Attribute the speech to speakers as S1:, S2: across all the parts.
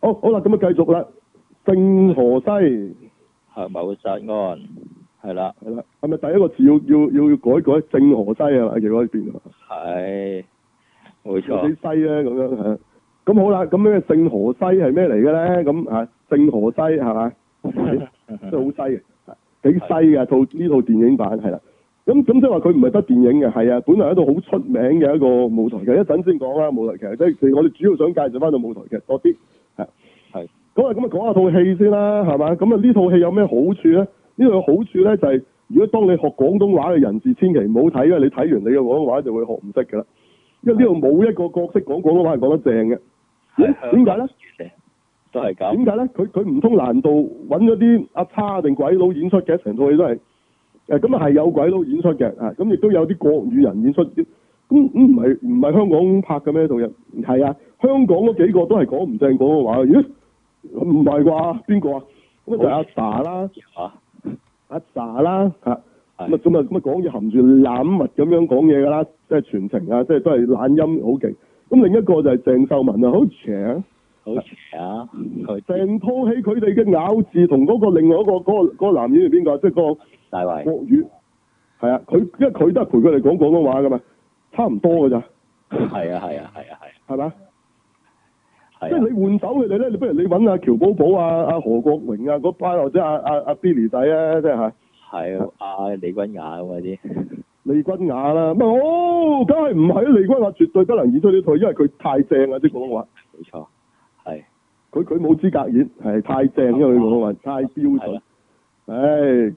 S1: 好好啦，咁啊繼續啦，聖荷西
S2: 係謀殺案，係啦，
S1: 係啦，係咪第一個字要要要要改改聖荷西啊？其實變啊，
S2: 係冇
S1: 有
S2: 錯
S1: 幾，西咧咁樣係啊。咁好啦，咁呢個聖荷西係咩嚟嘅咧？咁啊，聖荷西係 嘛？真係好西嘅，幾西嘅套呢套電影版係啦。咁咁即係話佢唔係得電影嘅，係啊，本來係一套好出名嘅一個舞台劇，一陣先講啦。舞台劇即係我哋主要想介紹翻到舞台劇多啲，係
S2: 係
S1: 咁啊，咁啊講下套戲先啦，係嘛？咁啊呢套戲有咩好處咧？呢套好處咧就係、如果當你學廣東話嘅人士，千祈唔好睇，因為你睇完你嘅廣東話就會學唔識㗎啦。因為呢度冇一個角色講廣東話係講得正嘅，咦點解咧？
S2: 咧？都係咁
S1: 啊點，解咧？佢佢唔通難道揾咗啲阿叉定鬼佬演出嘅？成套戲都係誒咁啊，係有鬼佬演出嘅啊，咁亦都有啲國語人演出。咁咁唔係唔係香港拍嘅咩？度日係啊，香港嗰幾個都係講唔正廣東話嘅。咦？唔係啩？邊個啊？咁啊就係阿 sa 啦，
S2: 嚇
S1: 阿 sa 啦嚇。咁啊
S2: 係
S1: 咁啊咁啊講嘢含住攬物咁樣講嘢㗎啦，即係全程啊，即係都係懶音好勁。咁另一個就係鄭秀文啊，好邪啊！
S2: 好邪啊！佢
S1: 成套戲佢哋嘅咬字同嗰個另外一個嗰、個嗰個男演員邊個啊？即係嗰個
S2: 大衛
S1: 國語係啊，佢因為佢都係陪佢哋講廣東話噶嘛，差唔多噶咋，
S2: 係啊係啊係啊係啊
S1: 係咪啊？即係
S2: 係啊
S1: 你換走佢哋咧，你不如你揾阿喬寶寶啊、阿何國榮啊嗰班，或者阿阿阿 Billy 仔啊，即係嚇
S2: 係啊啊李君雅咁嗰啲，
S1: 利君雅啦。咁啊哦，梗係唔係啊？利君雅絕對不能演出呢套，因為佢太正啊啲廣東話，
S2: 冇錯，係
S1: 佢佢冇資格演，係太正因為佢廣東話太標
S2: 係
S1: 準
S2: 啦。。
S1: 唉，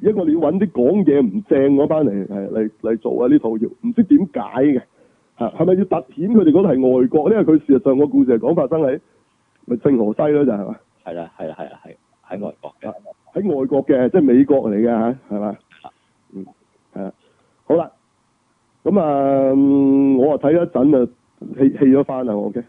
S1: 因為你要揾啲講嘢唔正嗰班嚟係嚟嚟做啊！呢套要唔知點解嘅嚇，係咪要突顯佢哋嗰度係外國？因為佢事實上個故事係講發生喺咪聖荷西咯，就係嘛
S2: 係啦，係啦，係啦，係喺外國
S1: 啊
S2: 嘅，
S1: 喺外國嘅，即係美國嚟嘅嚇，係嘛？嗯，係啊，好啦，咁啊，嗯我啊睇咗一陣啊，氣氣咗翻啦，我 OK，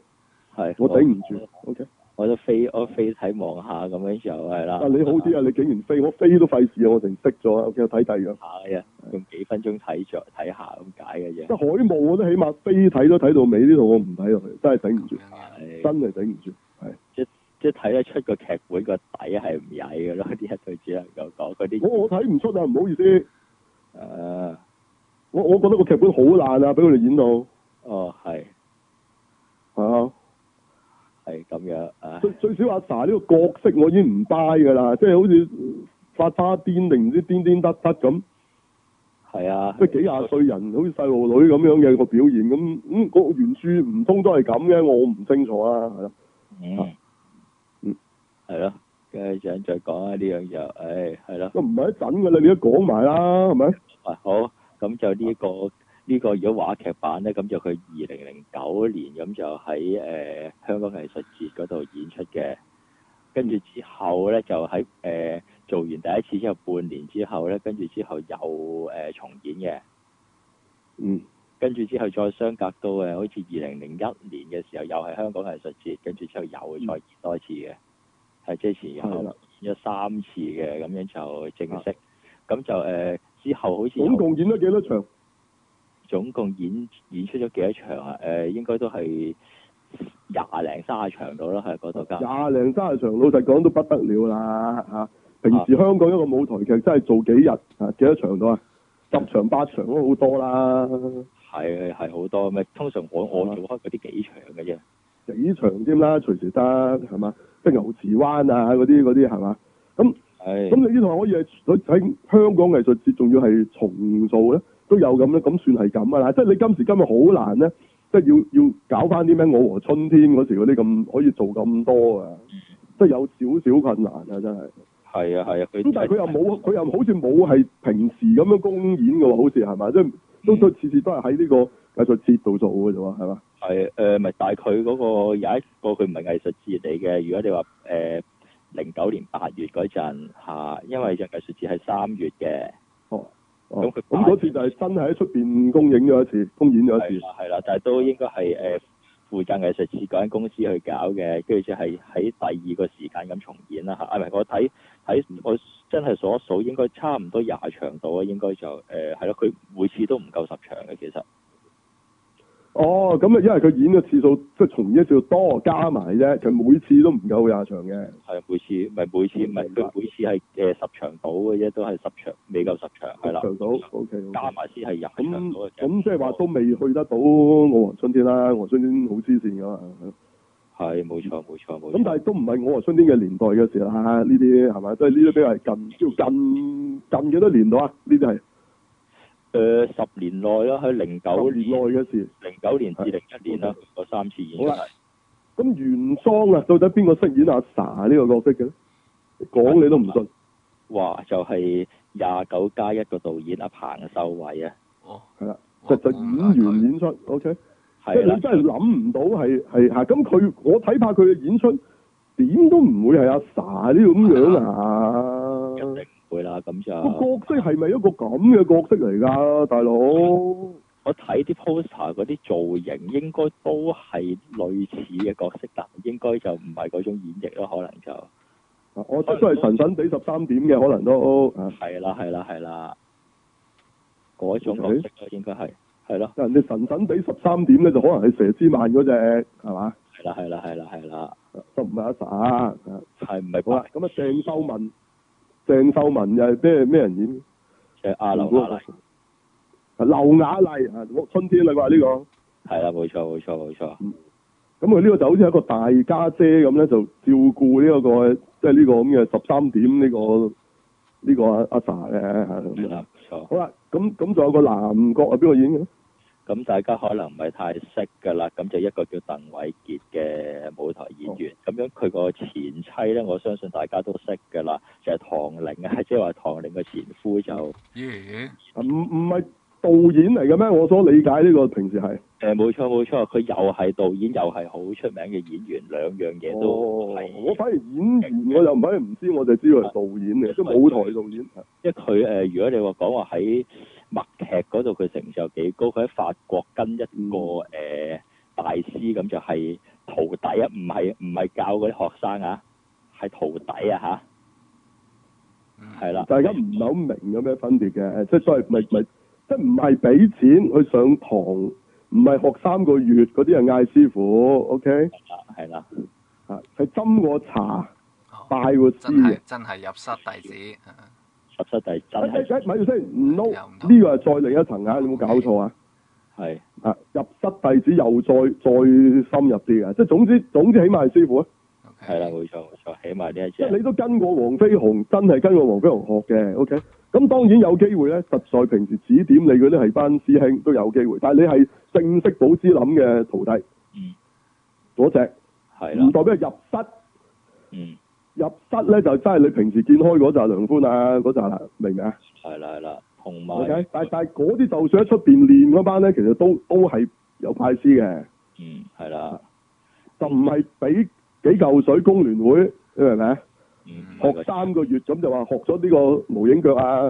S2: 係
S1: 啊我頂唔住，，OK。
S2: 我都飛，我飛睇望下咁樣就係啦。
S1: 啊，你好啲啊！你竟然飛，我飛都費事啊！我成識咗啊，OK，我睇第二樣。
S2: 下嘅啫，用幾分鐘睇着睇下咁解嘅
S1: 即係
S2: 啫。
S1: 海霧我都起碼飛睇都睇到尾，呢度我唔睇落去，真係頂唔住，
S2: 係
S1: 真係頂唔住。
S2: 即係睇得出個劇本個底係唔曳嘅咯，啲一對只能夠講嗰啲。呃
S1: 我我睇唔出啊，唔好意思，
S2: 誒，
S1: 我我覺得個劇本好爛啊，俾佢哋演到
S2: 哦，係
S1: 係啊，
S2: 係咁樣啊，
S1: 最最少阿 sa 呢個角色我已經唔 buy 㗎啦，即係好似發花癲定唔知癲癲得得咁，
S2: 係啊
S1: 即，係幾廿歲人好似細路女咁樣嘅個表現咁，咁嗰個原著唔通都係咁嘅，我唔清楚啊，係啦，
S2: 嗯，
S1: 嗯
S2: 係咯，跟住想再講啊呢樣就，唉，係咯。
S1: 都唔係一陣㗎啦，你都講埋啦，係咪？
S2: 啊好，咁就呢、個呢、個如果話劇版咧，咁就佢二零零九年咁就喺誒、呃香港藝術節嗰度演出嘅，跟住之後咧就喺誒、呃做完第一次之後半年之後咧，跟住之後又誒、呃重演嘅，
S1: 嗯，
S2: 跟住之後再相隔到誒好似二零零一年嘅時候又係香港藝術節，跟住之後又再演多次嘅，
S1: 嗯
S2: 係即係前後
S1: 係啦，
S2: 演咗三次嘅，咁樣就正式，咁就誒、呃之後好似
S1: 嗯
S2: 有
S1: 總共演咗幾多場？
S2: 總共演演出咗幾多場啊？誒、應該都係廿零卅場到啦，喺嗰度加。
S1: 哦廿零三十場，老實講都不得了啦嚇、平時香港一個舞台劇真係做幾日啊？幾多場到啊？十場八場都好多啦，
S2: 係係好多咩？通常我我做開嗰啲幾場嘅啫。
S1: 幾場添啦，隨時得係嘛？即係牛池灣啊嗰啲嗰啲係嘛？咁
S2: 係
S1: 咁你呢套可以係佢喺香港藝術節仲要係重做咧，都有咁咧，咁算係咁噶啦。即係你今時今日好難咧，即係要要搞翻啲咩我和春天嗰時嗰啲咁可以做咁多啊，即係有少少困難啊，真係。
S2: 係啊係啊，佢
S1: 咁但係佢又冇，佢又好似冇係平時咁樣公演嘅喎，好似係咪？即係
S2: 嗯
S1: 都都次次都係喺呢個藝術節度做嘅啫喎，係嘛？
S2: 係誒，咪但係佢嗰個有一個佢唔係藝術節嚟嘅。如果你話誒零九年八月嗰陣嚇，因為就藝術節係三月嘅。
S1: 哦，哦
S2: 咁佢
S1: 咁嗰次就係真係喺出邊公映咗一次，公演咗一
S2: 係
S1: 次。
S2: 啦，係啦，但係都應該係誒負責藝術節嗰間公司去搞嘅，跟住就係喺第二個時間咁重演啦嚇。啊，唔係我睇睇我真係數一數，應該差唔多廿呃場度啊，應該就誒係咯，佢每次都唔夠十場嘅其實。
S1: 哦，咁啊，因為佢演嘅次數即係重演嘅次數多加埋啫，佢每次都唔夠廿場嘅。
S2: 係每次咪每次咪佢每次係誒十場到嘅啫，都係十場未夠十場係啦，
S1: 長到 OK，
S2: 加埋先係廿
S1: 咁
S2: 場到嘅啫。
S1: 咁即係話都未去得到我和春天啦，我和春天好黐線噶嘛。
S2: 係冇錯冇錯冇錯。
S1: 咁但係都唔係我和春天嘅年代嘅事啦， 呢啲係咪？即係呢啲比較係近叫近近幾多年度啊？呢啲係
S2: 誒十年內啦，喺零九
S1: 十年
S2: 年、
S1: 內嘅事。
S2: 零九年至零一年啦，嗰三次演出
S1: 好啦
S2: 係
S1: 咁原裝啊，到底邊個飾演阿 sa 呢個角色嘅咧？講你都唔信，
S2: 哇，就係廿九加一個導演阿彭秀慧啊，
S3: 哦，
S1: 係啦，
S3: 我
S1: 就就
S3: 我
S1: 演員演出，OK，即
S2: 係
S1: 係
S2: 啦
S1: 你，真係諗唔到係係嚇，咁佢我睇怕佢嘅演出點都唔會係阿 sa 呢個咁樣
S2: 一
S1: 啊！
S2: 定唔會啦，咁就
S1: 個角色係咪一個咁嘅角色嚟㗎，大佬？
S2: 我睇啲 poster 嗰啲造型應該都係類似嘅角色，但應該就唔係嗰種演繹咯，可能就
S1: 我即係都係神神地十三點嘅，可能都啊，
S2: 係啦係啦係啦，嗰種角色咯，應該係係咯，
S1: 人哋神神地十三點咧，就可能係佘詩曼嗰只係嘛，
S2: 係啦係啦係啦係啦，
S1: 就唔係阿 sa 啊。
S2: 係唔係
S1: 好啦，咁啊，鄭秀文，鄭秀文又係咩咩人演？
S2: 即係阿劉亞麗，
S1: 啊劉雅麗啊，我春天啦啩呢
S2: 係啦冇錯冇錯冇錯，
S1: 個。咁佢呢個就好似一個大家姐咁咧，就照顧呢、一個即係呢個咁嘅十三點呢、個呢、個阿阿 sa 嘅嚇
S2: 係
S1: 咁啊
S2: 啦冇錯。
S1: 好啦，咁咁仲有個男角係邊個演嘅咧？
S2: 咁大家可能唔係太識㗎啦，咁就一個叫鄧偉傑嘅舞台演員，
S1: 哦
S2: 咁、樣佢個前妻咧，我相信大家都識㗎啦，就係、唐玲 啊，即係話唐玲嘅前夫就誒
S3: 咦？
S1: 啊唔唔係導演嚟嘅咩？我所理解呢個平時係
S2: 冇錯冇錯，佢又係導演又係好出名嘅演員，兩樣嘢都
S1: 哦
S2: 係，
S1: 我反而演員我又唔反而唔知，我就知佢係導演
S2: 啊
S1: 嚟，即係舞台導演。
S2: 因為佢誒、如果你話講話喺默劇嗰度佢成就幾高，佢喺法國跟一個誒、大師咁就係徒弟啊，唔係唔係教嗰啲學生啊，係徒弟啊嚇。
S3: 嗯
S2: 係啦，
S1: 大家唔係好明有咩分別嘅，即係所謂咪咪即係唔係俾錢去上堂，唔係學三個月嗰啲人嗌師傅，OK
S2: 係啦，
S1: 啊，係斟個茶
S3: 哦
S1: 拜個師
S3: 真
S1: 嘅
S3: 係。真係入室弟子，啊
S2: 十室弟真
S1: 誒誒
S2: 係
S1: 哎誒咪住先，唔 no
S3: 又唔同
S1: 呢個係再另一層啊！你有冇搞錯啊？
S2: 係
S1: 啊，入室弟子又再再深入啲嘅，即係總之總之起碼係師傅啊！
S3: ，OK，
S2: 係啦，冇錯冇錯，起碼呢一
S1: 即係
S2: 隻
S1: 你都跟過黃飛鴻，真係跟過黃飛鴻學嘅，OK。咁當然有機會咧，實在平時指點你嗰啲係班師兄都有機會，但係你係正式寶芝林嘅徒弟
S2: 嗯
S1: 嗰只，
S2: 係
S1: 唔
S2: 啦，
S1: 代表係入室。
S2: 嗯
S1: 入室咧就真係你平時見開嗰扎梁寬啊嗰扎啦，明唔明啊
S2: 係啦係啦，同埋
S1: ？OK，但係但係嗰啲就算喺出邊練嗰班咧，其實都都係有派師嘅，
S2: 嗯係啦，
S1: 就唔係俾幾嚿水工聯會，你明唔明啊？
S2: 嗯
S1: 學三個月咁就話學咗呢個無影腳啊。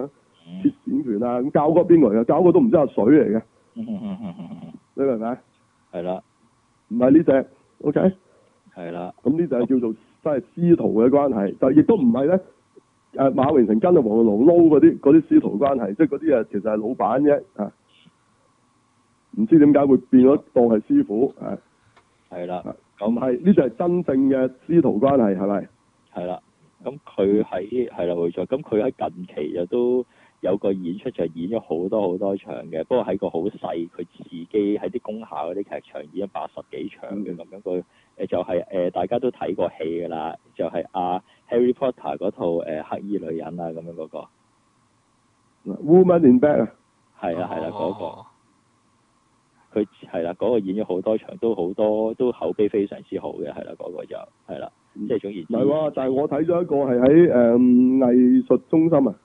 S1: 鐵線拳啊，咁教嗰邊個嚟嘅？教嗰都唔知係水嚟嘅，
S2: 嗯
S1: 你明唔明？
S2: 係啦
S1: 唔係呢只，OK？
S2: 係啦，
S1: 咁呢就叫做真係師徒嘅關係，就亦都唔係咧誒馬榮成跟阿黃龍撈嗰啲嗰啲師徒關係，即係嗰啲啊其實係老闆啫啊，唔知點解會變咗當係師傅啊？
S2: 係啦，
S1: 唔
S2: 咁
S1: 係呢就係真正嘅師徒關係係咪？
S2: 係啦，咁佢喺係啦冇錯，咁佢喺近期就都有個演出就演咗好多好多場嘅，不過喺個好細，佢自己喺啲工廈嗰啲劇場演咗八十幾場嘅
S1: 嗯
S2: 咁樣佢誒就係、誒、大家都睇過戲㗎啦，就係、阿、Harry Potter 嗰套誒、黑衣女人啊咁樣嗰、個。
S1: Woman in Black 啊，
S2: 係啦係啦，嗰、
S3: 哦
S2: 個佢係啦，嗰、個演咗好多場，都好多都口碑非常之好嘅，係啦，嗰、個就係啦，即係總言
S1: 嗯唔
S2: 之，
S1: 係喎，但係我睇咗一個係喺誒藝術中心啊，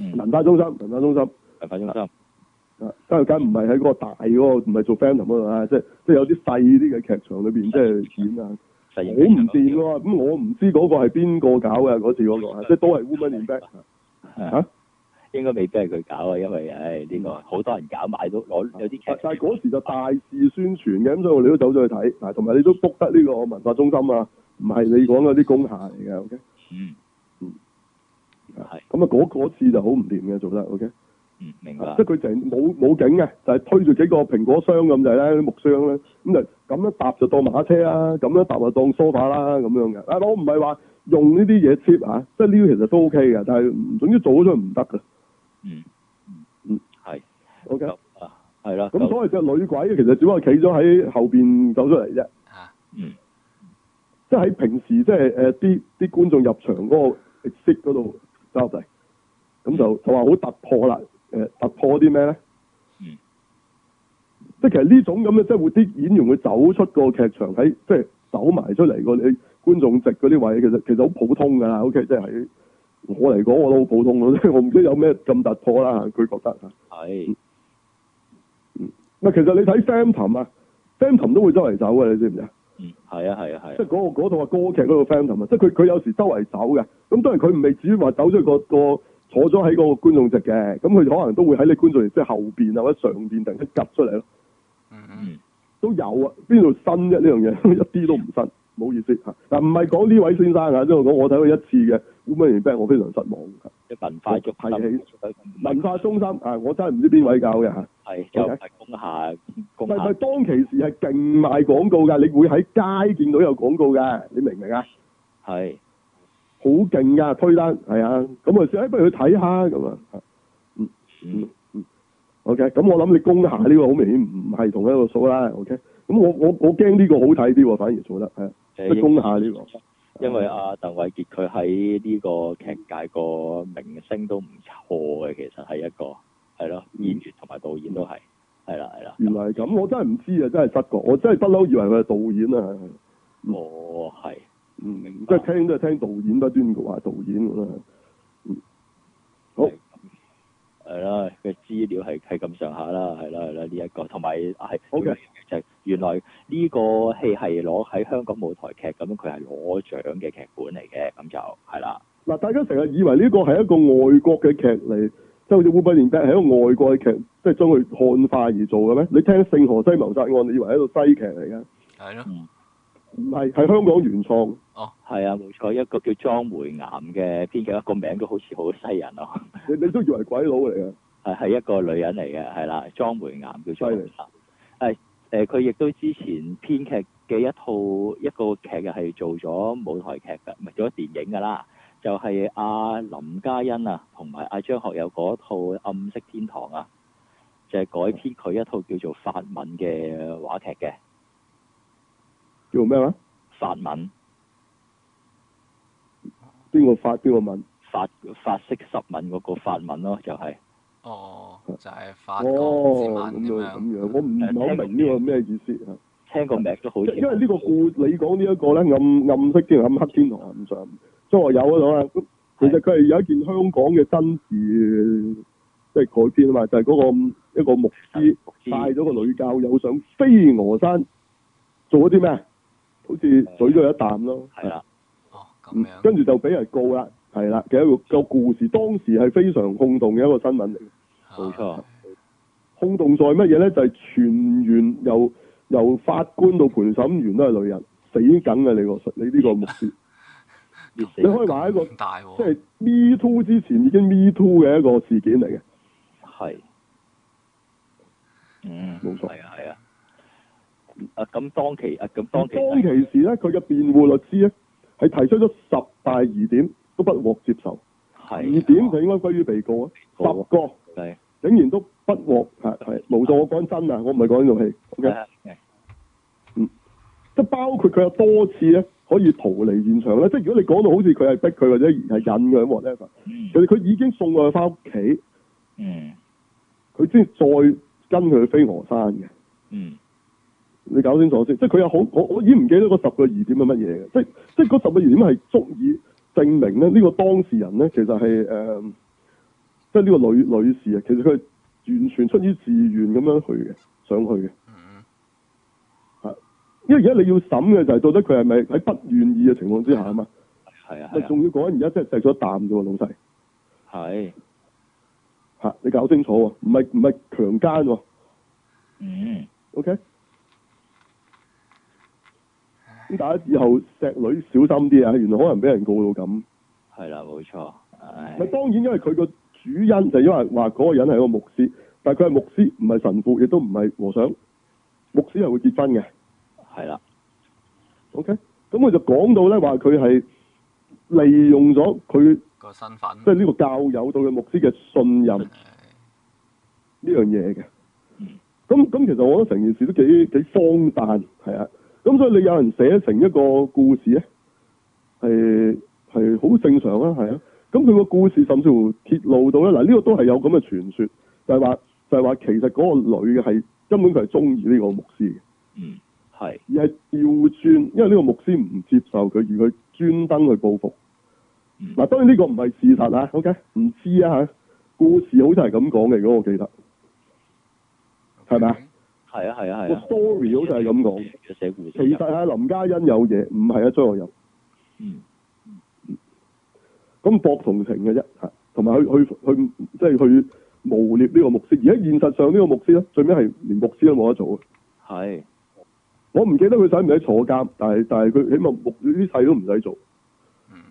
S2: 嗯，
S1: 文化中心，文化中心。
S2: 文化中心
S1: 啊，即係梗唔係喺嗰個大嗰、個，唔係做 Phantom 嗰度啊，即係即係有啲細啲嘅劇場裏邊即係 演啊，
S2: 實
S1: 好
S2: 驗
S1: 唔掂喎。咁我唔知嗰個係邊個搞嘅嗰次嗰、 個啊，即係都係 Woman in Black
S2: 嚇
S1: 嚇。
S2: 應該未必係佢搞啊，因為唉呢、個好多人搞埋都攞 有啲
S1: 但
S2: 劇
S1: 但係嗰時就大肆宣傳嘅，咁所以我哋都走咗去睇，嗱，同埋你都 book 得呢個文化中心啊，唔係你講嗰啲工廈嚟嘅，OK，
S2: 嗯
S1: 嗯
S2: 係
S1: 咁啊嗰嗰次就好唔掂嘅做得，OK，
S2: 嗯，明白
S1: 即。係佢成冇冇景嘅，就係、推住幾個蘋果箱咁就係咧木箱咧，咁就咁樣搭就當馬車啦，咁樣搭就當 sofa 啦咁樣嘅。啊，我唔係話用呢啲嘢 cheap 嚇、即係呢啲其實都 OK 嘅，但係總之做咗出嚟唔得嘅。
S2: 嗯
S1: 嗯
S2: 係
S1: OK，
S2: 咁啊，係啦。
S1: 咁
S2: 咁
S1: 所以隻女鬼其實只不過企咗喺後邊走出嚟啫，
S3: 啊，
S2: 嗯
S1: 即係喺平時即係誒啲啲觀眾入場嗰個 exit 嗰度走入嚟，咁就就話好突破啦。誒、突破啲咩咧？
S2: 嗯
S1: 即係其實呢種咁嘅，即係會啲演員會走出個劇場喺，即係走埋出嚟個你觀眾席嗰啲位，其實其實好普通㗎啦。OK，即係喺我嚟講，我都好普通咯， 即係我唔知有咩咁突破啦。佢覺得嚇，
S2: 係
S1: 唔係其實你睇 Phantom 啊，Phantom 都會周圍走嘅，你知唔知啊？
S2: 嗯係啊係啊
S1: 即係
S2: 係啊
S1: 嗰、個嗰套啊歌劇嗰個 Phantom 啊，即係佢佢有時周圍走嘅。咁當然佢唔係至於話走咗個個坐咗喺個觀眾席嘅，咁佢可能都會喺你觀眾席即係後邊啊或者上邊突然間夾出嚟咯。
S3: 嗯嗯
S2: 嗯
S1: 都有啊，邊度新啫呢樣嘢？ 一啲都唔新，唔好意思嚇。嗱，唔係講呢位先生啊，即係我講我睇過一次嘅《Woman in Black》，我非常失望。
S2: 即係文化中心
S1: 係文
S2: 文
S1: 化中心啊，我真係唔知邊位教嘅嚇。
S2: 係就係工廈工
S1: 但係
S2: 廈
S1: 當其時係勁賣廣告㗎，你會喺街見到有廣告㗎，你明唔明啊？
S2: 係
S1: 好勁㗎，推單係啊，咁啊，哎不如去睇下咁啊。
S2: 嗯
S1: OK，咁我諗你攻下呢個好明顯唔係同一個數啦。OK，咁我我我驚呢個好睇啲喎，反而做得係啊，即係攻下呢個。
S2: 因為阿鄧偉傑佢喺呢個劇界個明星都唔錯嘅，其實係一個係咯，演員同埋導演都係係啦係啦。
S1: 原來係咁，我真係唔知啊，真係失覺，我真係不嬲以為佢係導演啊，
S2: 哦，係
S1: 嗯
S2: 明，
S1: 即
S2: 白
S1: 係聽都係聽導演不端話導演咁啊，好
S2: 係係啦，呃佢資料係係咁上下啦，係啦係啦呢一個，同埋啊係
S1: OK
S2: 就係原來呢個戲係攞喺香港舞台劇咁，佢係攞獎嘅劇本嚟嘅，咁就係啦，
S1: 嗱，大家成日以為呢個係一個外國嘅劇嚟，即係好似《烏不連德》係一個外國嘅劇，即係將佢漢化而做嘅咩？你聽《聖荷西謀殺案》，你以為係一個西劇嚟嘅？
S3: 係咯，
S1: 唔係，係香港原創。
S2: 係啊冇錯，一個叫莊梅岩嘅編劇，一個名都好似好西人啊咯。
S1: 你你都以為鬼佬嚟嘅，
S2: 係係一個女人嚟嘅，係啦，莊梅岩叫做。
S1: 犀利
S2: 係誒，佢亦都之前編劇嘅一套一個劇係做咗舞台劇㗎，唔係做咗電影㗎啦。就係阿林嘉欣啊，同埋阿張學友嗰套《暗色天堂》啊，就係、改編佢一套叫做法文嘅話劇嘅
S1: 叫咩話？
S2: 法文
S1: 邊個發邊個問？
S2: 法法式濕吻嗰個法文咯，就係、
S3: 哦，就係
S1: 哦，
S3: 法國之
S1: 咁
S3: 吻
S1: 樣
S3: 咁
S1: 咁樣，
S3: 樣，
S1: 我唔係好明呢個咩意思啊。
S2: 聽個名都好似
S1: 因為呢個故你講呢一個咧暗暗色天堂暗黑天堂暗上張學友嗰度啦，咁其實佢係有一件香港嘅真事即係改編啊嘛，就係、嗰個一個牧師帶咗個女教友上飛鵝山做咗啲咩？啊好似嘴咗一啖咯，
S2: 係啦，
S3: 哦咁
S1: 嗯
S3: 樣，
S1: 跟住就俾人告啦，係啦嘅一個個故事，當時係非常轟動嘅一個新聞嚟。
S3: 啊
S2: 冇錯，
S1: 轟動在乜嘢咧？就係、全員由由法官到陪審員都係女人，死梗嘅你個你呢個牧師。
S2: 你死
S1: 你可以話係一個
S3: 咁大
S1: 即
S3: 喎，
S1: 係 Me Too 之前已經 Me Too 嘅一個事件嚟嘅，
S2: 係，嗯，
S1: 冇錯
S2: 係啊，係啊。啊，咁當期啊，咁當
S1: 當
S2: 期
S1: 其時咧，佢嘅辯護律師咧係提出咗十大疑點都不獲接受，
S2: 係
S1: 疑點就應該歸於被告啊，十
S2: 好
S1: 個
S2: 係
S1: 竟然都不獲係係無助，我講真啊，我唔係講呢套戲，OK，
S2: 係
S1: 即係包括佢有多次咧可以逃離現場咧，即係如果你講到好似佢係逼佢或者係引佢 whatever，
S2: 嗯
S1: 佢佢已經送佢翻屋企，
S2: 嗯
S1: 佢先再跟佢去飛鵝山嘅。
S2: 嗯
S1: 你搞清楚先，即係佢有好，我我已經唔記得嗰十個疑點係乜嘢嘅，即即係嗰十個疑點係足以證明咧呢、呢個當事人咧其實係誒、呃即係呢個女女士啊，其實佢係完全出於自願咁樣去嘅，想去嘅。
S3: 嗯
S1: 因為而家你要審嘅就係到底佢係咪喺不願意嘅情況之下啊嘛，
S2: 係啊
S1: 咪
S2: 係
S1: 仲要講緊而家真係食咗啖啫喎，老細
S2: 啊係
S1: 嚇，你搞清楚喎，唔係唔係強姦喎
S2: 嗯
S1: ，OK？咁大家以後石女小心啲啊，原來可能俾人告到咁。
S2: 係啦冇錯，唉
S1: 咪當然，因為佢個主因就因為話嗰個人係一個牧師，但係佢係牧師，唔係神父，亦都唔係和尚。牧師係會結婚嘅
S2: 係啦，
S1: ，OK？咁佢就講到咧話佢係利用咗佢
S3: 嗯個身份，
S1: 即係呢個教友對佢牧師嘅信任呢樣嘢嘅
S2: 嗯。
S1: 咁咁其實我覺得成件事都幾幾荒誕，係啊。咁所以你有人寫成一個故事咧，係係好正常啊，係啊。咁佢個故事甚至乎揭露到咧，嗱呢個都係有咁嘅傳說，就係話就係話其實嗰個女嘅係根本佢係中意呢個牧師嘅。
S2: 嗯，係
S1: 而係調轉，因為呢個牧師唔接受佢，而佢專登去報復。
S2: 嗯
S1: 嗱、當然呢個唔係事實啊，OK，唔知啊嚇。故事好似係咁講嘅，如果我記得係咪啊
S2: 係啊係啊嗯
S1: 個
S2: 係啊，
S1: story 好似係咁講。
S2: 要寫故
S1: 其
S2: 事
S1: 實
S2: 㗎，
S1: 係林嘉欣有嘢，唔係啊張學友。
S2: 嗯
S1: 咁博同情嘅啫，嚇，同埋去去去即係去污蔑呢個牧師。而喺現實上，呢、個牧師咧最尾係連牧師都冇得做啊！
S2: 係
S1: 我唔記得佢使唔使坐監，但係但係佢起碼牧呢世都唔使做。
S3: 嗯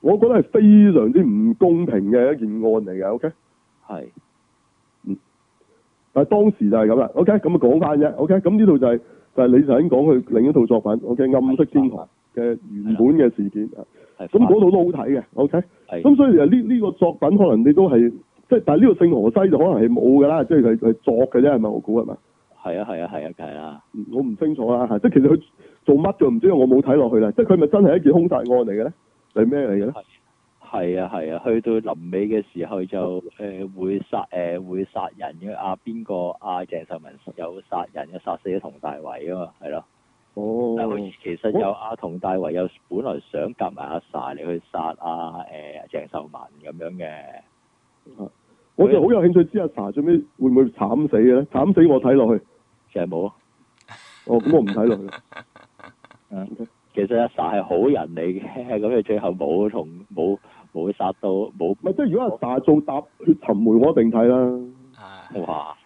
S1: 我覺得係非常之唔公平嘅一件案嚟嘅，OK。
S2: 係
S1: 但係啊當時就係咁啦，OK，咁啊講翻啫，OK，咁呢度就係、就係、你頭先講佢另一套作品，OK，暗色天堂嘅原本嘅事件啊，
S2: 係
S1: 咁嗰度都好睇嘅，OK，
S2: 係
S1: 咁所以其實呢呢個作品可能你都係即係，但係呢個聖荷西就可能係冇㗎啦，即係佢佢作嘅啫，係咪？我估係咪？
S2: 係啊係啊係啊，梗係啦，
S1: 嗯我唔清楚啦嚇，即係其實佢做乜嘅唔知，我冇睇落去啦，即係佢咪真係一件兇殺案嚟嘅咧？係咩嚟嘅咧？
S2: 係啊係啊，去到臨尾嘅時候就誒會殺誒會殺人嘅，啊邊個啊鄭秀文有殺人嘅殺死咗佟大為啊嘛，係咯。
S1: 哦，
S2: 但好似其實有阿同大維有本來想夾埋阿 sa 嚟去殺阿誒鄭秀文咁樣嘅，
S1: 我就好有興趣知阿 Sa 最尾會唔會慘死嘅咧？慘死我睇落去，
S2: 就係冇。
S1: 哦，咁我唔睇落去啦。
S2: 其實阿 sa 係好人嚟嘅，咁佢最後冇同冇冇殺到冇
S1: 唔係，即係如果阿 Sa 做搭血尋梅，我一定睇啦，
S3: 係
S2: 哇，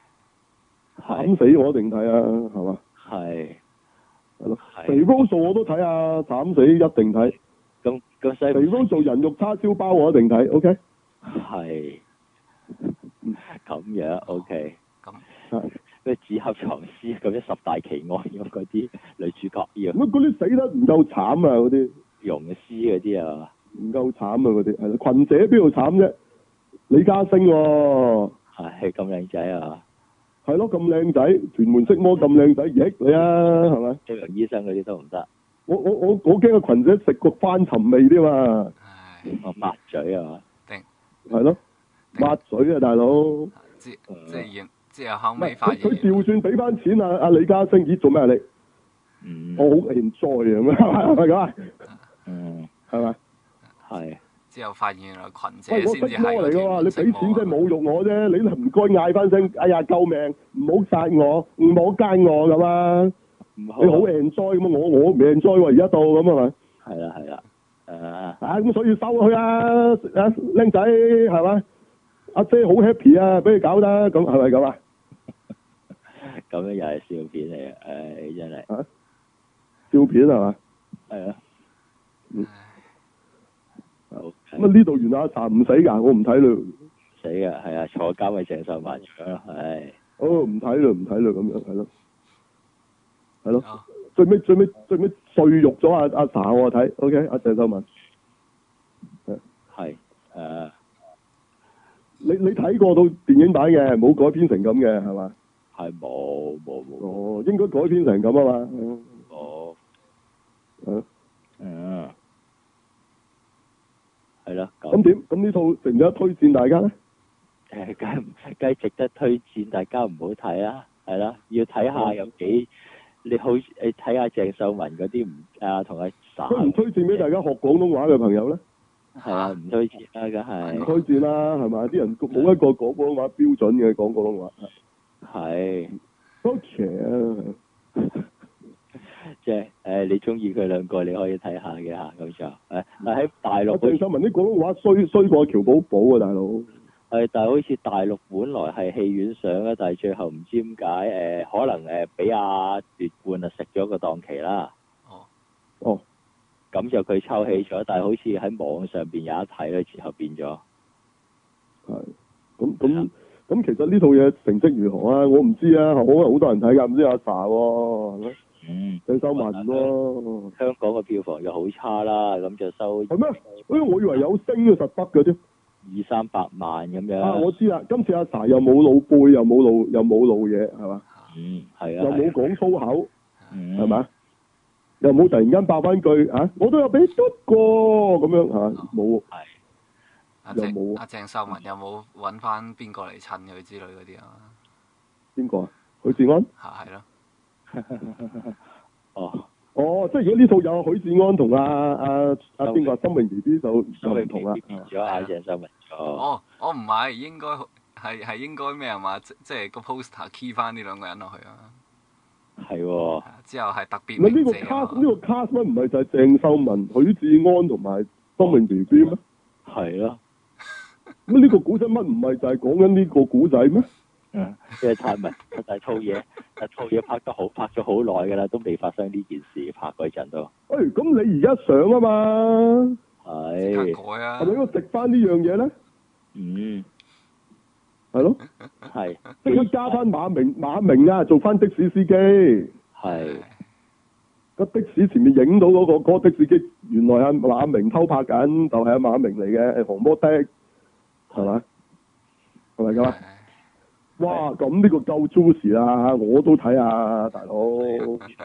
S2: 係
S1: 慘死我一定睇啊，係嘛？
S2: 係
S1: 係咯，肥
S2: 係
S1: Rose 我都睇啊，慘死一定睇。
S2: 咁咁所以
S1: 肥 Rose 做人肉叉燒包我一定睇，OK？
S2: 係咁樣 OK。
S3: 咁
S2: 咩紙盒藏屍啊咁樣十大奇案咁嗰啲女主角要
S1: 咁嗰啲死得唔夠慘啊，嗰啲
S2: 溶屍嗰啲啊，
S1: 唔夠慘啊，嗰啲係啦。群姐邊度慘啫？李嘉升喎、
S2: 係咁靚仔啊，
S1: 係咯，咁靚仔，屯門色魔咁靚仔，益你啊，係咪？
S2: 周揚醫生嗰啲都唔得。
S1: 我我我我驚個群姐食個翻尋味啲嘛，
S3: 唉，
S2: 我抹嘴啊嘛，
S1: 係咯，抹嘴啊，大佬。
S3: 即
S2: 嗯
S3: 即係然之後後
S1: 唔
S3: 尾
S1: 係
S3: 發
S1: 佢
S3: 現
S1: 佢調算俾翻錢啊！阿李嘉升，咦做咩啊你？
S2: 嗯，
S1: 我好 enjoy 咁 啊，係咪咁啊？
S2: 嗯，
S1: 係咪？
S2: 係，
S3: 之後發現原來群姐
S1: 喂，我識
S3: 先至係
S1: 魔嚟噶
S3: 嗰條
S1: 喎！
S3: 啊
S1: 你俾錢真係
S3: 冇
S1: 侮辱我啫！你唔該嗌翻聲，哎呀救命！唔好殺我，唔好奸我咁啊！
S2: 唔好
S1: 你好 enjoy 咁啊，我我唔 enjoy 喎，而家到咁係咪？
S2: 係啦係啦，誒
S1: 啊咁所以收佢啦，啊僆仔係咪？阿姐好 happy 啊，俾佢搞得咁係咪咁啊？
S2: 咁樣又係笑片嚟嘅，誒真係
S1: 照片係嘛？
S2: 係啊，
S1: 嗯
S2: 好
S1: 咁啊呢度原來阿查唔死㗎，我唔睇啦。
S2: 死嘅係啊，坐監嘅鄭秀文咁樣咯，係
S1: 哦，唔睇啦，唔睇啦，咁樣係咯，係咯，
S3: 哦
S1: 最尾最尾最尾碎肉咗阿阿 Sa 我睇，OK，阿鄭秀文，
S2: 係啊誒
S1: 你你睇過到電影版嘅，冇改編成咁嘅係嘛？
S2: 係冇冇冇
S1: 哦，應該改編成咁啊嘛，
S2: 冇，
S1: 係咯，
S2: 嗯，係咯，
S1: 咁
S2: 咁
S1: 點？咁呢套值唔值得推薦大家咧？
S2: 誒 梗係唔梗係值得推薦大家唔好睇啦，係啦，要睇下有幾你好，你睇下鄭秀文嗰啲唔啊同阿耍
S1: 推唔推薦俾大家學廣東話嘅朋友咧？
S2: 係啊，唔推薦啦，梗係
S1: 推薦啦，係咪？啲人冇一個講廣東話標準嘅講廣東話
S2: 係
S1: ，OK 啊。
S2: 即係誒，你中意佢兩個你可以睇下嘅嚇，咁就誒，但喺大
S1: 阿
S2: 陸好
S1: 鄭
S2: 似
S1: 秀文啲廣東話衰衰過喬寶寶啊，大佬。
S2: 係，但係好似大陸本來係戲院上啦，但係最後唔知點解誒，可能誒俾阿奪冠啊食咗個檔期啦，
S3: 哦
S1: 哦，
S2: 咁就佢抽起咗，但係好似喺網上邊有得睇啦，之後變咗
S1: 係咁咁咁，其實呢套嘢成績如何啊？我唔知啊，可能好多人睇㗎，唔知阿 Sa 喎，係咪
S2: 嗯，
S1: 鄭秀文喎，
S2: 香港嘅票房又好差啦，咁就收
S1: 係咩？哎呀，我以為有升嘅實得嘅啫。
S2: 二三百萬咁樣。
S1: 啊，我知啦，今次阿 Sa 又冇老背，又冇老又冇老嘢，係嘛？
S2: 嗯，係啊，
S1: 又冇
S2: 係啊
S1: 講粗口，
S2: 嗯
S1: 係嘛？又冇突然間爆翻句啊！我都有俾嘟過咁樣嚇，冇
S3: 阿
S1: 有
S3: 鄭
S1: 冇啊
S3: 阿鄭秀文有冇揾翻邊個嚟襯佢之類嗰啲啊？
S1: 邊個啊？許志安？
S3: 嚇係啊咯，
S2: 哦，
S1: 哦，即係如果呢套有許志安同阿阿阿邊個啊心榮 B B 就就
S2: 收
S1: 唔同啦。
S2: 變咗阿鄭秀文咗。
S3: 哦哦唔係，應該係係應該咩啊嘛？即即係個 poster key 翻呢兩個人落去啊！
S2: 係喎，
S3: 之後係特別
S1: 唔係呢
S3: 鳴
S1: 個
S3: 謝啊
S1: cast
S3: 嘛
S1: 呢個 cast 乜唔係就係鄭秀文、許志安同埋心榮 B B 咩？
S2: 係咯，
S1: 咁呢個古仔乜唔係就係講緊呢個古仔咩？嗯
S2: 即係 拆文，但係套嘢，但係套嘢拍得好，拍咗好耐㗎啦，都未發生呢件事，拍嗰陣都
S1: 喂，哎咁你而家上啊嘛，
S3: 即刻
S2: 係，
S3: 改啊
S1: 係！咪應該食翻呢樣嘢咧？
S2: 嗯，
S1: 係咯，
S2: 係，
S1: 即刻加翻馬明馬明啊，做翻的士司機。
S2: 係，
S1: 個的士前面影到嗰、個嗰、個的士機，原來阿馬明偷拍緊，就係、阿馬明嚟嘅，係紅魔的，係咪？係咪咁啊？哇！咁呢個夠 juicy 啦，我都睇啊，大佬，係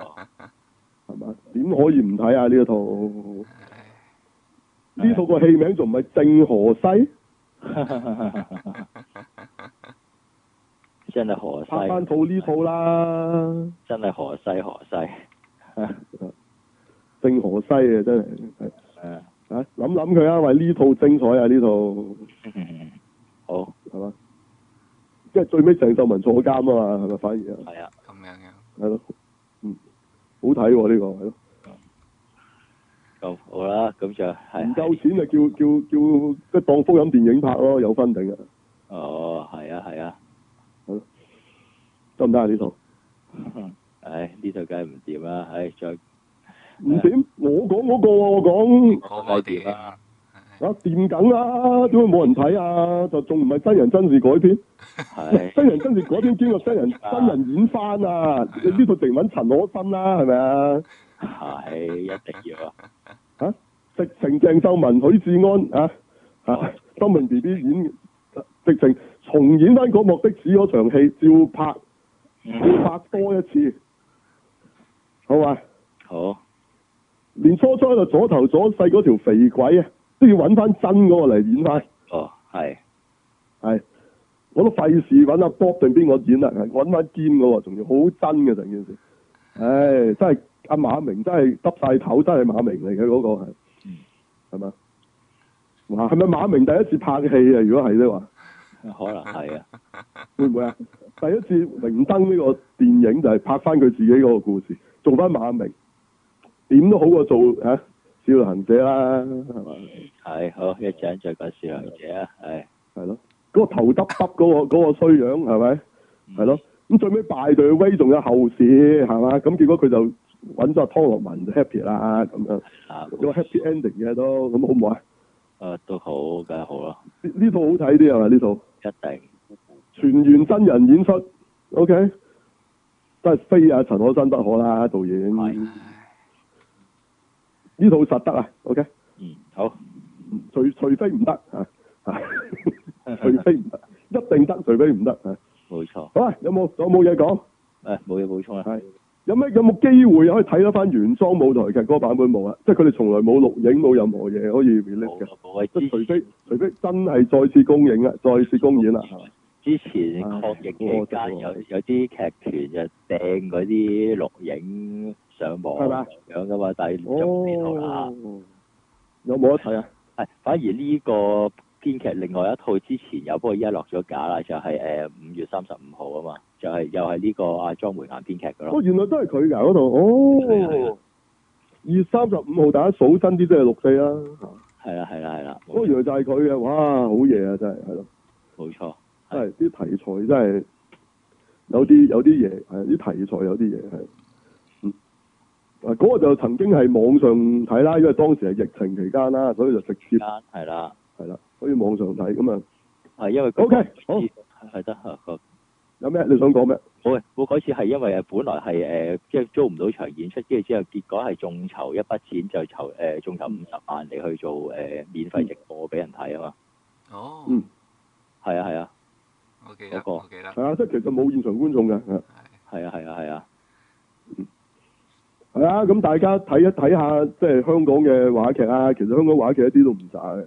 S1: 咪？點可以唔睇啊？呢一套呢套個戲名仲唔係正河西？
S2: 真係河西，
S1: 拍翻套呢套啦，
S2: 真係河西河西，
S1: 正河西啊，真係係
S2: 啊
S1: 啊！諗諗佢啊，喂，呢套精彩啊，呢套
S2: 嗯好，
S1: 係嘛？即係最尾鄭秀文坐監啊嘛，係咪反而啊？
S2: 係啊，
S3: 咁樣樣
S1: 係咯，嗯，好睇喎呢個係咯，
S2: 咁好啦，咁就係
S1: 唔夠錢就叫叫叫即係當福音電影拍咯，有分定啊，
S2: 哦，係啊，係啊，
S1: 得唔得啊呢套？
S2: 唉，呢度梗係唔掂啦，唉，再
S1: 唔點，我講嗰個喎，我講
S3: 嗰個點
S2: 點啊？
S1: 啊掂緊啦，點會冇人睇啊？就仲唔係真人真事改編？
S2: 係
S1: 真人真事改編兼個真 人真人演翻啊！你呢套直揾陳可辛啦，係咪啊？
S2: 係一定要啊，
S1: 直情鄭秀文、許志安啊啊，當明 B B 演，直情重演翻嗰幕的士嗰場戲，照拍。要拍多一次，好嘛？
S2: 好，
S1: 連初初喺度左頭左勢嗰條肥鬼啊，都要揾翻真嗰個嚟演翻，
S2: 哦，係，
S1: 係我都費事揾阿 Bob 定邊個演啊啦，係揾翻堅嗰個，仲要好真嘅成件事。唉，真係阿馬明真係耷晒頭，真係馬明嚟嘅嗰個係
S2: 嗯，
S1: 係嘛？哇，係咪馬明第一次拍戲啊？如果係咧話，
S2: 可能係啊，
S1: 會唔會啊？第一次明燈呢個電影就係拍翻佢自己嗰個故事，做翻馬明，點都好過做嚇、啊少林行者啦，係嘛？
S2: 係好，一陣再講小林姐啊，係，
S1: 係咯，嗰、個頭耷耷嗰個嗰個衰樣係咪？係咯，咁最尾敗隊威仲有後事係嘛？咁結果佢就揾咗阿湯洛文就 happy 啦咁樣，
S2: 啊，
S1: 有個 happy ending 嘅都，咁好唔好啊？
S2: 啊都好，梗係好咯，
S1: 呢呢套好睇啲係啊咪？呢套
S2: 一定，
S1: 全員真人演出，OK，真係非阿陳可辛不可啦，導演。
S2: 係，
S1: 呢套實得啊，OK，
S2: 嗯，好，
S1: 除除非唔得啊，啊除非唔得，一定得，除非唔得啊。
S2: 冇錯，
S1: 好啊，有冇有冇嘢講？
S2: 誒冇嘢補充啦，
S1: 係有咩有冇機會可以睇得翻原裝舞台劇嗰個版本冇啊？即係佢哋從來冇錄影，冇任何嘢可以 release
S2: 冇
S1: 嘅，
S2: 啦冇啊，
S1: 即係
S2: 之
S1: 除非除非真係再次公映啦，啊再次公演啦，係嘛？
S2: 之前抗疫期間有有啲劇團就掟嗰啲錄影上網
S1: 係嘛
S2: 咁樣噶嘛，但係就唔見到啦
S1: 哦。，有冇得睇啊？
S2: 係，反而呢個編劇另外一套之前有，不過依家落咗架啦，就係誒五月三十五號啊嘛，就係、又係呢個阿莊梅岩編劇嘅咯
S1: 哦，。原來都係佢㗎嗰度，
S2: 啊係啊係
S1: 哦
S2: 啊，
S1: 二三十五號大家數真啲即係六四啦。
S2: 係啦係啦係啦，
S1: 哦，原來就係佢嘅，哇，好嘢啊，真係係咯，
S2: 冇錯。
S1: 真係啲題材真係有啲有啲嘢，係啲題材有啲嘢係，嗯，啊嗰、個就曾經係網上睇啦，因為當時係疫情期間啦，所以就直接
S2: 間係啦，
S1: 係啦，所以網上睇咁啊，
S2: 係因為
S1: OK，好
S2: 好係得啊好
S1: 有咩你想講咩？
S2: 冇啊冇嗰次係因為誒本來係誒呃即係租唔到場演出，跟住之後結果係眾籌一筆錢就籌誒眾
S1: 嗯
S2: 籌五十萬嚟去做誒免費直播俾人睇啊嘛，
S3: 哦，
S1: 嗯
S2: 係啊係啊
S3: 我記得，
S2: 嗰個
S3: 我記得，
S1: 係啊，即係其實冇現場觀眾嘅，係
S3: 係
S2: 係啊係啊係啊，
S1: 係啊，咁大家睇一睇下，即係香港嘅話劇啊，其實香港話劇一啲都唔渣嘅，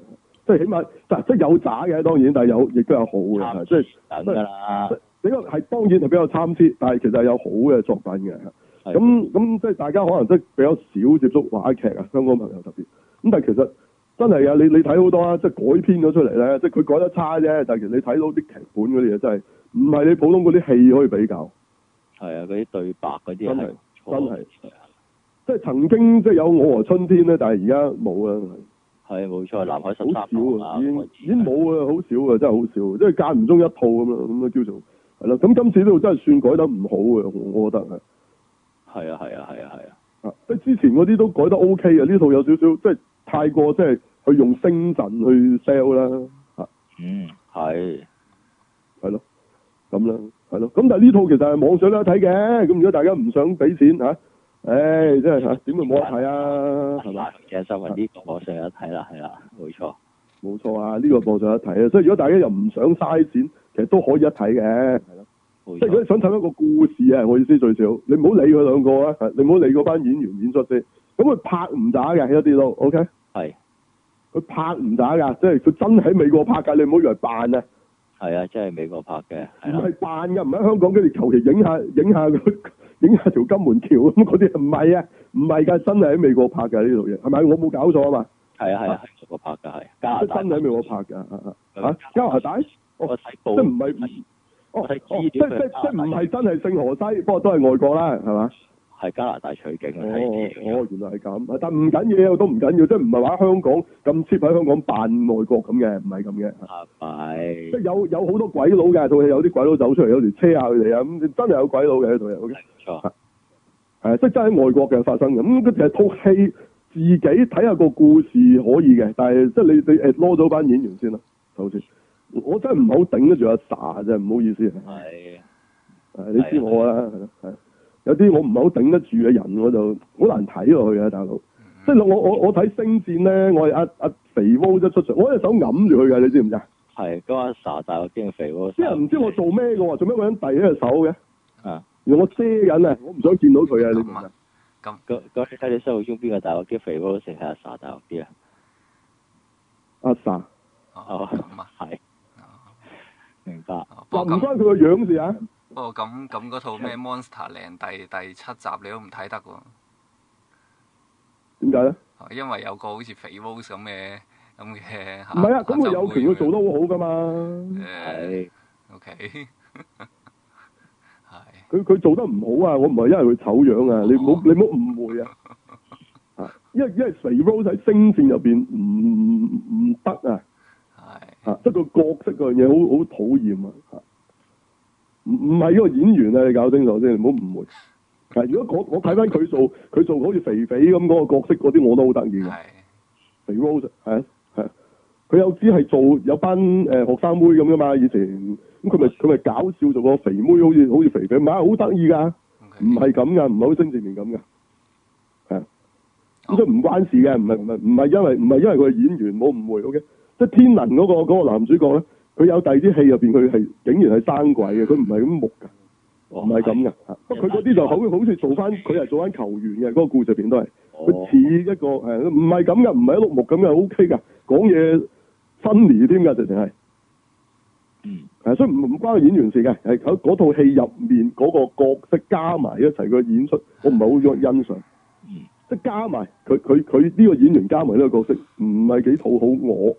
S1: 即係起碼嗱即係有渣嘅當然，但係有亦都有好嘅，係即係
S2: 啊等㗎啦，
S1: 呢個係當然係比較參差，但係其實係有好嘅作品嘅。
S2: 係
S1: 咁咁即係大家可能即係比較少接觸話劇啊，香港朋友特別。咁但係其實真係啊，你你睇好多啊，即係改編咗出嚟咧，即係佢改得差啫，但係其實你睇到啲劇本嗰啲嘢真係唔係你普通嗰啲戲可以比較。
S2: 係啊嗰啲對白嗰啲
S1: 真
S2: 係
S1: 係
S2: 唔錯
S1: 真係即係曾經即係有我和春天咧，但係而家冇啊，
S2: 係冇錯，南海十
S1: 好
S2: 三
S1: 少
S2: 郎
S1: 啊，
S2: 啊，
S1: 已經
S2: 我知
S1: 已經冇啊，好少啊，真係好少，即係間唔中一套咁樣咁啊叫做係啦。咁今次呢度真係算改得唔好嘅，我我覺得係。
S2: 係啊係啊係啊係啊，
S1: 啊，即係之前嗰啲都改得 O K 嘅，呢套有少少即係太過即係去用星陣去 sell 啦，啊
S2: 嗯 係
S1: 係咯，咁啦，係咯，咁但係呢套其實係網上都有得睇嘅，咁如果大家唔想俾錢嚇，啊唉、真係嚇點會冇得睇啊？係
S2: 係
S1: 嘛，
S2: 嘛？鄭秀文呢個我上有得睇啦，係啦，冇錯，
S1: 冇錯啊，呢、個網上有得睇啊，所以如果大家又唔想嘥錢，其實都可以一睇嘅。
S2: 冇
S1: 即係如果
S2: 錯，
S1: 你想睇一個故事啊，我意思最少，你唔好理佢兩個啊，你唔好理嗰班演員演出先，咁佢拍唔打嘅一啲都 OK。
S2: 係
S1: 佢拍唔打㗎，即係佢真喺美國拍㗎，你唔好以為扮啊，
S2: 係啊，即係美國拍嘅，
S1: 唔
S2: 係啦，
S1: 係扮㗎，唔喺香港跟住求其影下影下佢 影下條金門橋咁嗰啲，唔係啊，唔係㗎，真係喺美國拍㗎呢套嘢，係咪？我冇搞錯啊嘛，
S2: 係啊係啊，係美國拍嘅係加拿
S1: 即係
S2: 大
S1: 真係喺美國拍㗎，啊啊啊加拿大，哦
S2: 我睇
S1: 即
S2: 報
S1: 係唔係哦
S2: 我睇
S1: 哦，
S2: 資
S1: 即
S2: 料
S1: 係即
S2: 佢係
S1: 係
S2: 加
S1: 即係唔
S2: 拿大
S1: 係真係聖荷西，不過都係外國啦，係嘛？
S2: 係加拿大取景
S1: 哦
S2: 啊，睇資料
S1: 哦，原來係咁，但唔緊要，都唔緊要，即係唔係話香港咁 cheap 喺香港扮外國咁嘅，唔係咁嘅。
S2: 啊
S1: 即係
S2: 係
S1: 有有好多鬼佬嘅，套戲有啲鬼佬走出嚟，有時車下佢哋啊，咁真係有鬼佬嘅套戲，OK，
S2: 係唔錯，
S1: 係即係真係喺外國嘅發生嘅，咁佢其實套戲自己睇下個故事可以嘅，但係即係你你 at 攞咗班演員先啦，首先，我真係唔好頂得住阿 sa 啫，唔好意思，
S2: 係
S1: 係你知我啦，係咯係啊有啲我唔係好頂得住嘅人，我就好難睇落去啊，大佬，即係我我我睇星戰咧，我係阿阿肥毛一出場，我隻手揞住佢嘅，你知唔知啊？
S2: 係咁阿 Sa 大我驚肥喎，
S1: 啲人唔知我做咩嘅喎，做咩個人遞咗隻手嘅？
S2: 啊，
S1: 原來我遮緊啊，我唔想見到佢啊！你明唔明啊？
S3: 咁
S2: 咁咁你睇你心目中邊個大我驚肥喎，定係阿 Sa 大我啲啊？
S1: 阿 sa，
S2: 哦
S3: 哦咁啊，
S2: 係
S3: 哦
S2: 明白，
S3: 哦不
S1: 嗱唔
S3: 過咁
S1: 關佢個樣事啊，
S3: 不過咁咁嗰套咩 Monster 靚第第七集你都唔睇得喎，
S1: 點解咧？
S3: 哦因為有個好似肥 Rose 咁嘅咁嘅
S1: 唔
S3: 嚇，
S1: 係啊，咁佢
S3: 亞洲
S1: 有
S3: 妹
S1: 權佢
S3: 咁樣
S1: 做得好好噶嘛，
S3: 誒
S2: 係
S3: OK 係
S1: 佢佢做得唔好啊，我唔係因為佢醜樣啊，你唔好你唔好誤會啊，啊，因為因為肥 Rose 喺星戰入邊唔唔得啊，
S3: 係
S1: 啊，即係個角色嗰樣嘢好好討厭啊，啊唔唔係嗰個演員啊，你搞清楚先，唔好誤會。啊！如果我我睇翻佢做佢做好似肥肥咁嗰個角色嗰啲，我都好得意嘅。
S3: 係
S1: 肥 Rose 係啊係啊，佢有支係做有班誒、呃、學生妹咁噶嘛，以前咁佢咪佢咪搞笑做個肥妹，好似好似肥肥，唔係好得意㗎，
S3: OK
S1: 唔係咁㗎，唔係好精致面咁㗎，係啊，咁所以唔關事嘅，唔係唔係唔係因為唔係因為佢係演員，冇誤會，OK，即係天能嗰、個嗰個男主角咧，佢有第二啲戲入邊佢係竟然係生鬼嘅，佢唔係咁木㗎。
S2: 唔
S1: 唔係咁㗎，嚇不過佢嗰啲就好好似做翻，佢係做翻球員嘅嗰、個故事入邊都係。
S2: 哦
S1: 佢似一個誒，唔係咁嘅，唔係一碌木咁嘅，O K 㗎，講嘢分離添㗎，直情係
S2: 嗯
S1: 誒，所以唔唔關個演員事嘅，係嗰嗰套戲入面嗰個角色加埋一齊個演出，我唔係好欣賞，
S2: 嗯
S1: 即係加埋佢佢佢呢個演員加埋呢個角色，唔係幾討好我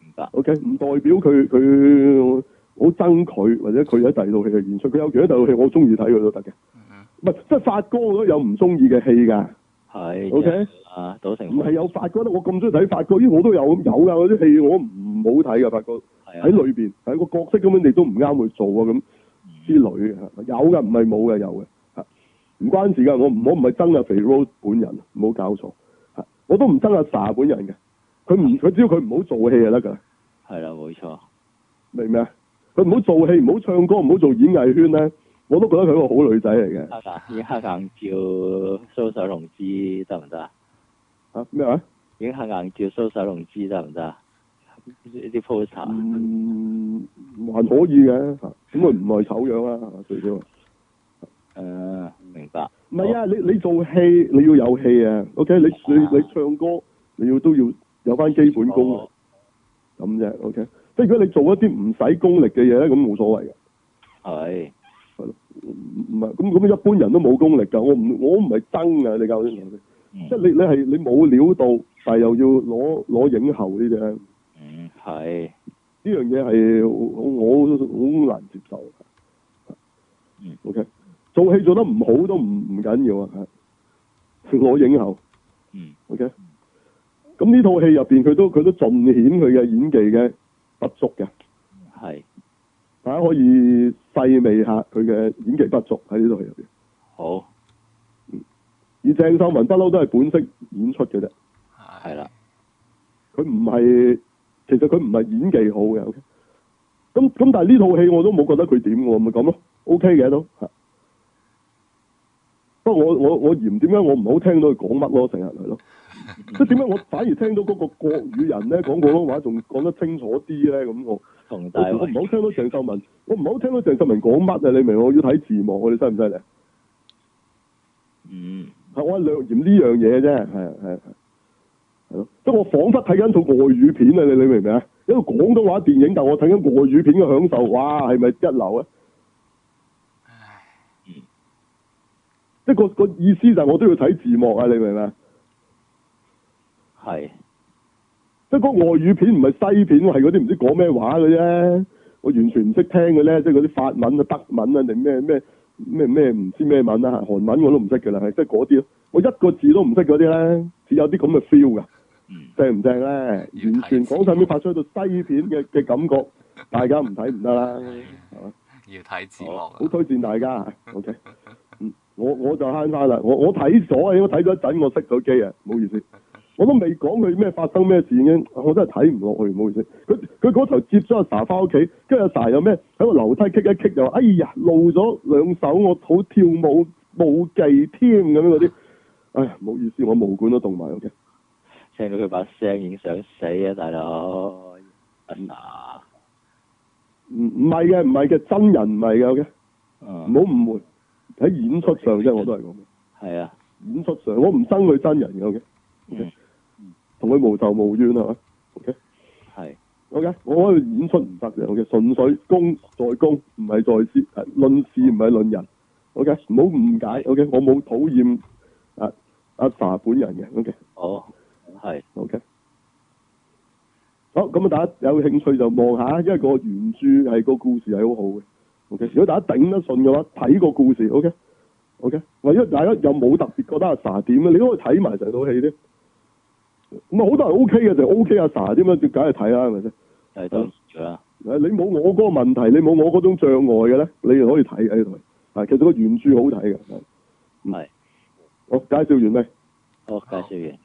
S2: 明白
S1: ，O K，唔代表佢佢好憎佢或者佢喺第二套戲嘅演出，佢有其他第二套戲我中意睇佢都得嘅，
S3: 嗯
S1: 唔係即係發哥我都有唔中意嘅戲㗎。
S2: 係
S1: OK
S2: 即係啊賭城
S1: 唔係有發哥咧，我咁中意睇發哥，咦我都有有㗎，嗰啲戲我唔好睇㗎，發哥喺
S2: 係啊
S1: 裏邊喺個角色根本你都唔啱去做啊咁之
S2: 嗯
S1: 類嘅，有㗎唔係冇㗎有嘅，嚇唔關事㗎，我唔我唔係憎阿肥 Rose 本人，唔好搞錯，嚇我都唔憎阿 Sa 本人嘅，佢唔佢只要佢唔好做戲就得㗎，
S2: 係啦冇錯
S1: 明唔明啊？佢唔好做戲，唔好唱歌，唔好做演藝圈咧，我都覺得佢係一個好女仔嚟嘅。
S2: 黑硬影黑硬照蘇守龍之得唔得啊？
S1: 啊咩話？
S2: 影黑硬照蘇守龍之得唔得啊？呢啲 poster
S1: 嗯，還可以嘅，嚇咁佢唔係醜樣啦，係嘛最少。嗯
S2: 誒啊明白。
S1: 唔係啊，你你做戲你要有戲啊，OK？你你你唱歌你要都要有翻基本功啊
S2: 哦
S1: 咁啫，OK？即係如果你做一啲唔使功力嘅嘢咧，咁冇所謂嘅，哦
S2: 係
S1: 唔唔係咁咁一般人都冇功力㗎，我唔我唔係憎啊，你教先，
S2: 嗯
S1: 即係你你係你冇料到，但係又要攞攞影后呢啲咧，呢
S2: 嗯係
S1: 樣嘢係我我好難接受
S2: 嗯。
S1: OK，做戲做得唔好都唔唔緊要啊，係攞影后。
S2: 嗯
S1: OK，咁呢套戲入邊佢都佢都盡顯佢嘅演技嘅不足嘅，
S2: 係
S1: 大家可以細味下佢嘅演技不足喺呢套戲入邊。
S2: 好
S1: 而鄭秀文不嬲都係本色演出嘅啫，
S3: 哎
S2: 係啦。
S1: 佢唔係其實佢唔係演技好嘅。OK，咁咁但係呢套戲我都冇覺得佢點喎，咪咁咯，OK 嘅都。嚇不過我我我嫌點解我唔好聽到佢講乜咯，成日係咯，即係點解我反而聽到嗰個國語人咧講廣東話仲講得清楚啲咧咁我。
S2: 同大
S1: 我唔
S2: 衛
S1: 好聽到鄭秀文，我唔好聽到鄭秀文講乜啊！你明唔明我要睇字幕，你犀唔犀利？
S2: 嗯
S1: 係我係略嫌呢樣嘢啫，係係係係咯。即係我彷彿睇緊套外語片啊！你你明唔明啊？一個廣東話電影，但我睇緊外語片嘅享受，哇！係咪一流啊？
S3: 唉
S1: 即係個個意思就係我都要睇字幕啊！你明唔明啊？
S2: 係
S1: 即係嗰個外語片唔係西片，係嗰啲唔知講咩話嘅啫。我完全唔識聽嘅咧，即係嗰啲法文啊、德文啊定咩咩咩咩唔知咩文啊、韓文我都唔識㗎啦，係即係嗰啲咯。我一個字都唔識嗰啲咧，只有啲咁嘅 feel 㗎，
S2: 嗯
S1: 正唔正咧？完全講晒咩發出到西片嘅嘅感覺，大家唔睇唔得啦，係嘛？
S3: 要睇字幕啊
S1: 好！推薦大家，OK。嗯，我我就慳翻啦，我我睇咗啊，應該睇咗一陣，我熄咗機啊，唔好意思，我都未講佢咩發生咩事已經，我真係睇唔落去，唔好意思。佢佢嗰頭接咗阿 Sa 翻屋企，跟住阿 Sa 又咩喺個樓梯棘一棘，又話哎呀露咗兩手，我好跳舞舞技添咁樣嗰啲，唉唔好意思，我毛管都凍埋，OK。
S2: 聽到佢把聲已經想死啊，大佬！阿 Sa，
S1: 唔唔係嘅，唔係嘅，真人唔係嘅，OK，唔
S2: 嗯，
S1: 好誤會，喺演出上啫，我都係咁。
S2: 係啊，
S1: 演出上，我唔憎佢真人嘅，OK，
S2: 嗯
S1: 同佢無仇無怨係嘛，OK。
S2: 係
S1: O.K. 我可以演出唔得嘅，O.K. 純粹公在公，唔係在私，係論事唔係論人。O.K. 唔好誤解。O.K. 我冇討厭啊阿 Sa 本人嘅。O.K.
S2: 好係
S1: O.K. 好咁啊！大家有興趣就望下，因為個原著係個故事係好好嘅。O.K. 如果大家頂得順嘅話，睇個故事。O.K. O.K. 或者大家又冇特別覺得阿 Sa 點啊咧，你都可以睇埋成套戲添。咁啊，好多人 O.K. 嘅就 O.K. 阿 Sa 啫嘛，梗係睇啦，係咪先？
S2: 就係當然啦，
S1: 誒，你冇我嗰個問題，你冇我嗰種障礙嘅咧，你就可以睇喺度。啊，其實個原著好睇嘅。係
S2: 係
S1: 我介紹完未？
S2: 好介紹完